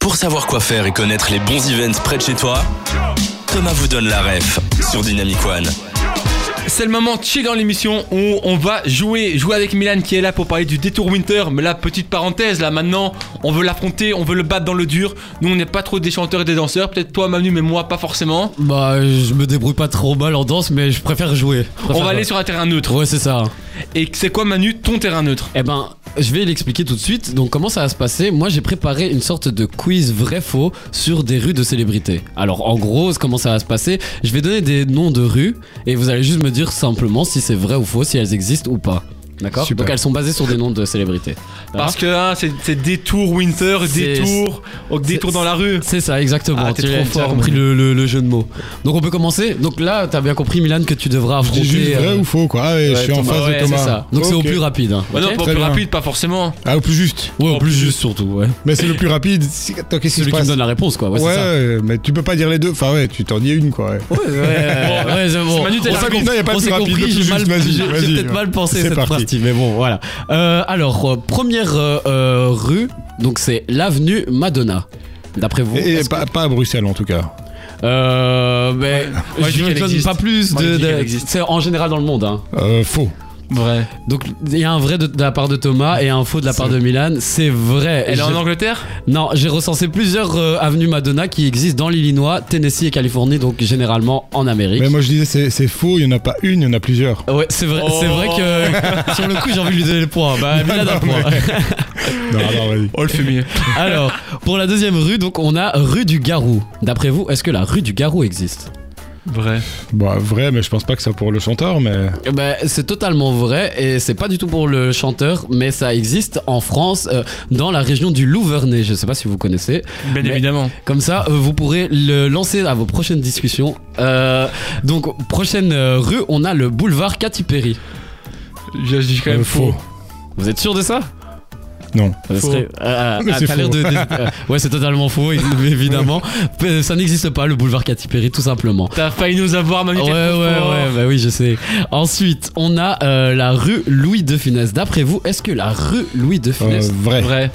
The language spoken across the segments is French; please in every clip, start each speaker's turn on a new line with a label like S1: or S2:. S1: Pour savoir quoi faire et connaître les bons events près de chez toi, Thomas vous donne la ref sur Dynamic One.
S2: C'est le moment chill dans l'émission où on va jouer, jouer avec Milan qui est là pour parler du détour Winter. Mais là, petite parenthèse, là maintenant, on veut l'affronter, on veut le battre dans le dur. Nous, on n'est pas trop des chanteurs et des danseurs. Peut-être toi, Manu, mais moi, pas forcément.
S3: Bah, je me débrouille pas trop mal en danse, mais je préfère jouer. Je préfère
S2: On va aller
S3: jouer.
S2: sur un terrain neutre.
S3: Ouais, c'est ça.
S2: Et c'est quoi, Manu, ton terrain neutre
S3: Eh ben, je vais l'expliquer tout de suite. Donc, comment ça va se passer Moi, j'ai préparé une sorte de quiz vrai-faux sur des rues de célébrités. Alors, en gros, comment ça va se passer Je vais donner des noms de rues et vous allez juste me dire simplement si c'est vrai ou faux, si elles existent ou pas. D'accord
S2: Super.
S3: Donc, elles sont basées sur des noms de célébrités.
S2: Parce que hein, c'est c'est détour Winter,
S3: Ah. C'est-
S2: détour, oh, détour
S3: c'est-
S2: dans la rue.
S3: C'est ça, exactement.
S2: Ah, t'es
S3: Tu
S2: trop
S3: as- tu as
S2: fort,
S3: compris
S2: mais-
S3: le, le- le jeu de mots. Donc, on peut commencer. Donc, là, t'as bien compris, Milan, que tu devras
S4: Je
S3: affronter.
S4: dis juste vrai
S3: euh,
S4: ou faux, quoi. Ah ouais, je suis en
S3: Thomas.
S4: face
S2: ouais,
S4: de
S3: c'est
S4: Thomas.
S3: ça. Donc, c'est au
S4: Ok.
S3: plus rapide. hein.
S2: Bah non,
S4: Ok,
S2: pas au
S4: très
S2: plus
S4: bien.
S2: rapide, pas forcément.
S4: Ah, au plus juste.
S3: Ouais, au plus juste surtout, ouais.
S4: Mais c'est le plus rapide. Si- Attends, qu'est-ce qui se
S3: Celui qui me
S4: passe
S3: donne la réponse, quoi. Ouais,
S4: Ouais,
S3: c'est ça.
S4: ouais, mais tu peux pas dire les deux. Enfin, ouais, tu t'en dis une, quoi. ouais.
S3: Ouais, ouais, c'est bon.
S2: C'est Manu, t'es
S3: On
S2: la
S3: s'est
S2: rapide.
S3: compris,
S4: Non, y a pas de
S3: on
S4: plus
S3: s'est
S4: rapide,
S3: compris,
S4: le plus
S3: j'ai mal,
S4: juste, vas-y,
S3: j'ai
S4: vas-y.
S3: peut-être mal pensé
S4: C'est
S3: cette
S4: parti.
S3: partie, mais bon, voilà. Euh, alors, euh, première euh, euh, rue, donc c'est l'avenue Madonna. D'après vous
S4: Et, et
S3: est-ce
S4: pas, pas à Bruxelles, en tout cas.
S3: que- Euh, mais
S2: Moi, je dis
S3: je ne
S2: qu'elle
S3: donne
S2: existe.
S3: pas plus
S2: Moi, je
S3: de.
S2: dis
S3: de-
S2: qu'elle existe.
S3: C'est en général dans le monde. Hein.
S4: Euh, faux.
S2: Vrai.
S3: Donc il y a un vrai de, de la part de Thomas et un faux de la part de Milan. C'est vrai.
S2: Elle est
S3: J'ai-
S2: en Angleterre
S3: Non, j'ai recensé plusieurs euh, avenues Madonna qui existent dans l'Illinois, Tennessee et Californie, donc généralement en Amérique.
S4: Mais moi, je disais, c'est- c'est faux, il y en a pas une, il y en a plusieurs.
S3: Ouais, c'est vrai,
S2: Oh.
S3: c'est vrai
S4: Oh.
S3: que sur le coup j'ai envie de lui donner le point. Bah, Milan a le point.
S4: Non, alors, vas-y.
S2: Oh le fumier.
S3: Alors, pour la deuxième rue, donc on a rue du Garou. D'après vous, est-ce que la rue du Garou existe
S2: Vrai.
S4: Bah, vrai, mais je pense pas que ça pour le chanteur, mais.
S3: Eh ben, c'est totalement vrai et c'est pas du tout pour le chanteur, mais ça existe en France, euh, dans la région du Louvernay. Je sais pas si vous connaissez.
S2: Bien
S3: Mais-
S2: évidemment.
S3: Comme ça, euh, vous pourrez le lancer à vos prochaines discussions. Euh, donc, prochaine euh, rue, on a le boulevard Katy Perry.
S2: Je, je dis quand même
S4: Euh,
S2: faux.
S3: Vous êtes sûr de ça
S4: Non.
S3: Ça
S4: Faux.
S3: serait- ah, ah,
S4: Mais
S3: ah,
S4: c'est
S3: t'as l'air
S4: faux.
S3: de- de- euh, ouais, c'est totalement faux, évidemment. Euh, Ça n'existe pas, le boulevard Katy Perry, tout simplement.
S2: T'as failli nous avoir, Manu.
S3: Ouais,
S2: t'es
S3: ouais,
S2: trop fort.
S3: ouais, bah oui, je sais. Ensuite, on a euh, la rue Louis de Funès. D'après vous, est-ce que la rue Louis de
S4: Euh,
S3: Funès,
S4: vrai.
S2: Vrai.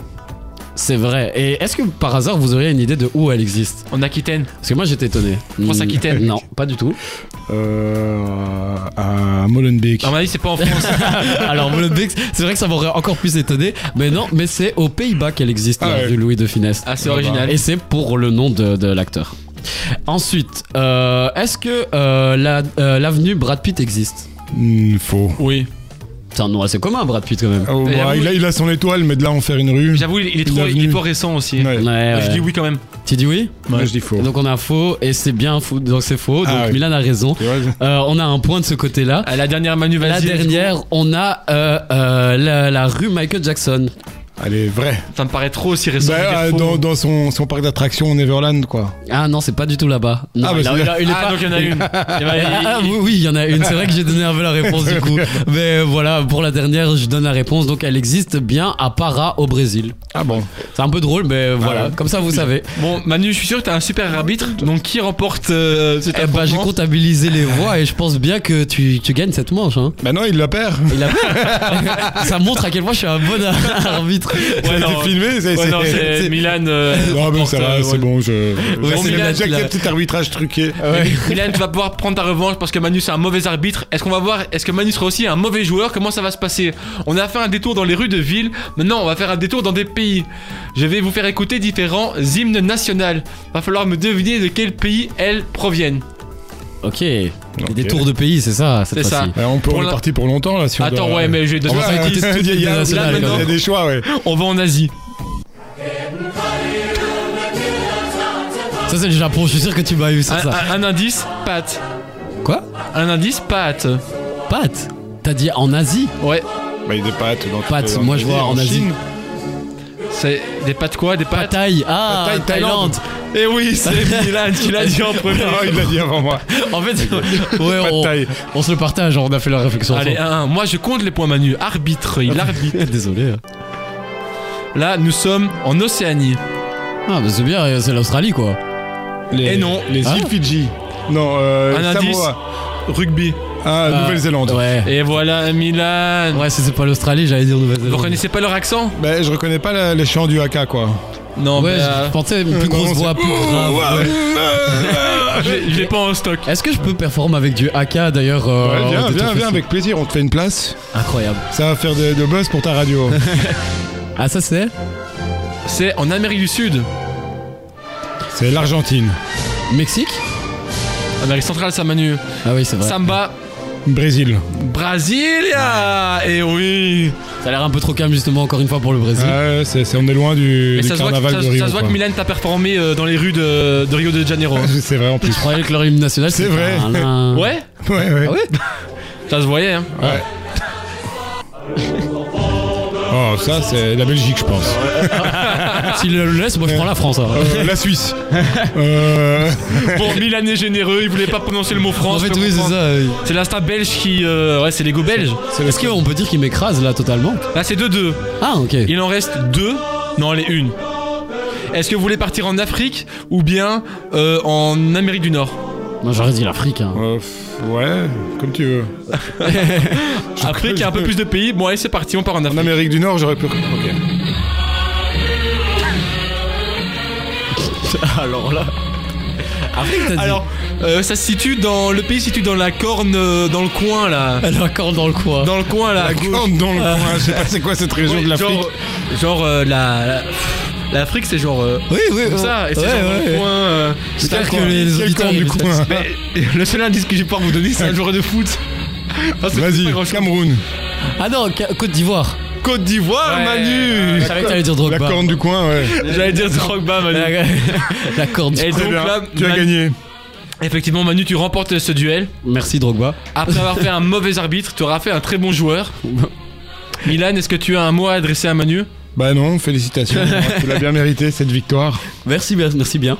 S3: c'est vrai Et est-ce que par hasard, vous auriez une idée de où elle existe
S2: En Aquitaine.
S3: Parce que moi, j'étais étonné.
S2: France-Aquitaine.
S3: Hmm, Non, pas du tout.
S4: Euh, à Molenbeek.
S2: À mon avis, c'est pas en France.
S3: Alors, Molenbeek, c'est vrai que ça m'aurait encore plus étonné. Mais non, mais c'est aux Pays-Bas qu'elle existe,
S4: Ah
S3: la
S4: ouais.
S3: rue Louis de Funès.
S2: Ah, c'est original.
S3: Et c'est pour le nom de, de l'acteur. Ensuite, euh, est-ce que euh, la- euh, l'avenue Brad Pitt existe
S4: Hmm, faux.
S2: Oui.
S3: C'est un nom assez commun, Brad Pitt, quand même.
S4: Oh,
S2: Mais
S4: bah,
S2: j'avoue-
S4: il, a, il a son étoile, mais de là, en faire une rue.
S2: J'avoue, il, il est trop,
S4: Bienvenue.
S2: il est trop récent aussi.
S4: Ouais.
S3: Ouais,
S2: Euh,
S3: ouais.
S2: Je dis oui Oh. quand même.
S3: Tu dis oui
S4: Moi, je dis faux.
S3: Donc on a faux, et c'est bien faux, donc c'est faux, donc
S4: Ah oui.
S3: Milan a raison.
S4: C'est vrai, ça
S3: Euh, on a un point de ce côté-là.
S2: À la dernière Manu, vas-y.
S3: La dernière, on a euh, euh, la, la rue Michael Jackson.
S4: Allez, vrai.
S2: Ça me paraît trop aussi récent.
S4: Bah,
S2: de dire
S4: ah,
S2: faux.
S4: dans, dans son, son parc d'attractions Neverland, quoi.
S3: Ah non, c'est pas du tout là-bas. Non,
S4: Ah, bah,
S3: il a-
S4: c'est-
S3: il a- il est
S2: ah,
S3: pas-
S2: donc il y en a une. Eh ben,
S3: Ah,
S2: il-
S3: ah,
S2: il-
S3: oui, oui, il y en a une. C'est vrai que j'ai donné un peu la réponse du coup. Mais euh, voilà, pour la dernière, je donne la réponse. Donc elle existe bien à Para au Brésil.
S4: Ah bon
S3: C'est un peu drôle, mais voilà. Comme ça, vous savez.
S2: Bon, Manu, je suis sûr que t'as un super arbitre. Donc qui remporte euh, cette
S3: Eh ben, j'ai comptabilisé les voix et je pense bien que tu, tu gagnes cette manche. Hein.
S4: Bah non, il la perd.
S3: Il a- Ça montre à quel point je suis un bon arbitre.
S4: Ça a été filmé, c'est-
S2: Ouais, Oh non,
S4: c'est-
S2: c'est Milan. euh,
S4: Non, mais
S2: remporte,
S4: ça va,
S2: euh,
S4: c'est Ah, bon, je.
S3: Ouais,
S4: c'est
S3: Milan,
S4: le Jack,
S3: il a-
S4: le petit arbitrage truqué.
S2: Ah Milan, tu vas pouvoir prendre ta revanche parce que Manu c'est un mauvais arbitre. Est-ce qu'on va voir Est-ce que Manu sera aussi un mauvais joueur Comment ça va se passer On a fait un détour dans les rues de ville. Maintenant, on va faire un détour dans des pays. Je vais vous faire écouter différents hymnes nationaux. Va falloir me deviner de quel pays elles proviennent.
S3: Ok. Des
S4: Ok.
S3: tours de pays, c'est ça. cette
S2: C'est ça.
S3: fois-ci.
S4: Ouais, Bah, on peut
S2: Pour
S4: on est
S2: la-
S4: parti pour longtemps là. Si on
S2: Attends,
S4: doit-
S2: ouais, mais je vais
S4: On
S2: donner
S4: va
S2: un
S4: arrêter
S2: indice.
S4: toutes les
S3: là,
S4: nationales,
S2: maintenant.
S4: Il y a des choix, ouais.
S2: On va en Asie.
S3: Ça, c'est le Japon. Je suis sûr que tu m'as eu sur
S2: Un,
S3: ça.
S2: un- un indice, pâte.
S3: Quoi
S2: Un indice, pâte.
S3: Pâtes T'as dit en Asie
S2: Ouais,
S4: Bah, il y a des pâtes. Dans
S3: Pâtes,
S4: toutes les-
S3: moi, je vois, en Asie.
S4: Chine.
S2: c'est des pâtes quoi Des pâtes
S3: Thaï. Ah,
S4: Thaï- Thaïlande.
S3: Thaïlande.
S2: Eh oui, c'est Milan, tu l'as dit en premier.
S4: Ah, il l'a dit avant moi.
S3: En fait, ouais,
S2: Oh.
S3: oh.
S4: Pas de
S3: on,
S4: taille.
S3: on se le partage. On a fait la réflexion.
S2: Allez,
S3: ensemble.
S2: un, un. moi je compte les points Manu. Arbitre, il arbitre.
S4: hein.
S3: Désolé.
S2: Là, nous sommes en Océanie.
S3: Ah, bah c'est bien, c'est l'Australie quoi.
S4: Les...
S2: Eh non.
S4: les
S3: Ah.
S4: îles Fidji. Hein Non, euh,
S2: Un indice.
S4: Samoa.
S2: Rugby.
S4: Ah, Nouvelle-Zélande.
S3: Ouais.
S2: Et voilà, Milan.
S3: Ouais, si c'est pas l'australie j'allais dire
S2: Vous
S3: Nouvelle-Zélande.
S2: reconnaissez pas leur accent
S4: Bah, je reconnais pas la- les chants du Haka, quoi.
S2: Non,
S3: ouais,
S2: bah,
S3: je pensais une
S4: euh,
S3: plus
S4: non,
S3: grosse
S4: c'est-
S3: voix, plus
S4: Oh,
S3: grave. ouais.
S2: je l'ai- je l'ai pas en stock.
S3: Est-ce que je peux performer avec du AK d'ailleurs euh,
S4: Ouais,
S3: de
S4: viens,
S3: toute
S4: viens,
S3: façon
S4: viens, avec plaisir, on te fait une place.
S3: Incroyable.
S4: Ça va faire de, de buzz pour ta radio.
S3: Ah, ça c'est
S2: C'est en Amérique du Sud.
S4: C'est l'Argentine,
S3: Mexique
S2: En Amérique centrale, ça Manu.
S3: Ah oui, c'est vrai. Ça,
S2: Samba,
S4: Brésil.
S2: Brasilia Et oui
S3: a l'air un peu trop calme justement, encore une fois, pour le Brésil.
S4: Ouais, c'est, c'est- on est loin du,
S2: Mais
S4: du
S2: ça se voit que,
S4: carnaval
S2: ça-
S4: de
S2: ça
S4: Rio.
S2: se voit que
S4: quoi.
S2: Milan t'a performé euh, dans les rues de, de Rio de Janeiro. hein.
S4: c'est vrai en plus.
S3: Je croyais que leur hymne national
S4: C'est
S3: c'était Ah
S4: vrai.
S3: un-
S2: ouais
S4: Ouais, ouais.
S2: ouais Ça se voyait, hein.
S4: Ouais. Oh, ça, c'est la Belgique, je pense.
S3: S'il le laisse, moi je prends la France. hein. alors.
S4: Euh, la Suisse. Euh,
S2: Pour Milanais généreux, il voulait pas prononcer le mot
S3: en
S2: France. je
S3: fait,
S2: peux
S3: oui, c'est
S2: comprendre.
S3: ça. euh,
S2: C'est l'instinct belge qui. euh, ouais, c'est l'ego belge.
S4: c'est la
S3: Est-ce qu'on peut dire qu'il m'écrase là totalement
S2: Là, c'est 2-2.
S3: Ah, ok.
S2: Il en reste 2. Non, allez, une. Est-ce que vous voulez partir en Afrique ou bien euh, en Amérique du Nord
S3: Moi j'aurais dit l'Afrique. hein.
S4: Euh, pff, ouais, comme tu veux.
S2: Afrique, il y a un peu plus de pays. Bon, allez, c'est parti, on part en
S4: En
S2: Afrique.
S4: Amérique du Nord, j'aurais pu. Ok.
S3: Alors là. Afrique, t'as dit
S2: Alors, euh, ça se situe dans. Le pays se situe dans la corne, euh, dans le coin là.
S3: Elle est encore dans le coin.
S2: Dans le coin là. à
S4: La
S2: gauche. Ah.
S4: corne dans le coin, je sais pas c'est quoi cette région
S2: Oui,
S4: de l'Afrique.
S2: genre, genre euh, la. la- L'Afrique, c'est genre. euh,
S3: Oui, oui,
S2: comme
S3: oui.
S2: ça, et c'est
S3: Ouais,
S2: genre dans
S3: ouais.
S2: le coin. euh,
S3: J'espère
S4: Quel
S3: que les
S4: coin
S3: auditeurs,
S4: du
S3: ils-
S4: coin
S2: mais, le seul indice que j'ai pouvoir vous donner, c'est un joueur de foot. Parce que c'est pas
S4: Vas-y,
S2: grand-chose.
S4: Cameroun.
S3: Ah non, Ca- Côte d'Ivoire.
S2: Côte d'Ivoire,
S3: Ouais.
S2: Manu
S3: Je savais que t'allais dire Drogba.
S4: La corne du coin, ouais.
S2: J'allais dire Drogba, Manu.
S3: La, la corde.
S2: Et
S4: Très
S2: donc
S4: bien,
S2: là,
S4: tu as
S2: Man-
S4: gagné.
S2: effectivement, Manu, tu remportes ce duel.
S3: Merci Drogba.
S2: Après avoir fait un mauvais arbitre, tu auras fait un très bon joueur. Milan, est-ce que tu as un mot à adresser à Manu
S4: Bah non, félicitations. tu l'as bien mérité cette victoire.
S3: Merci, bien- merci bien.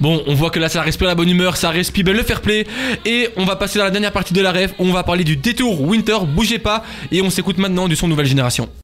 S2: Bon, on voit que là, ça respire la bonne humeur, ça respire ben, le fair play. Et on va passer dans la dernière partie de la rêve. On va parler du détour Winter, bougez pas. Et on s'écoute maintenant du son nouvelle génération.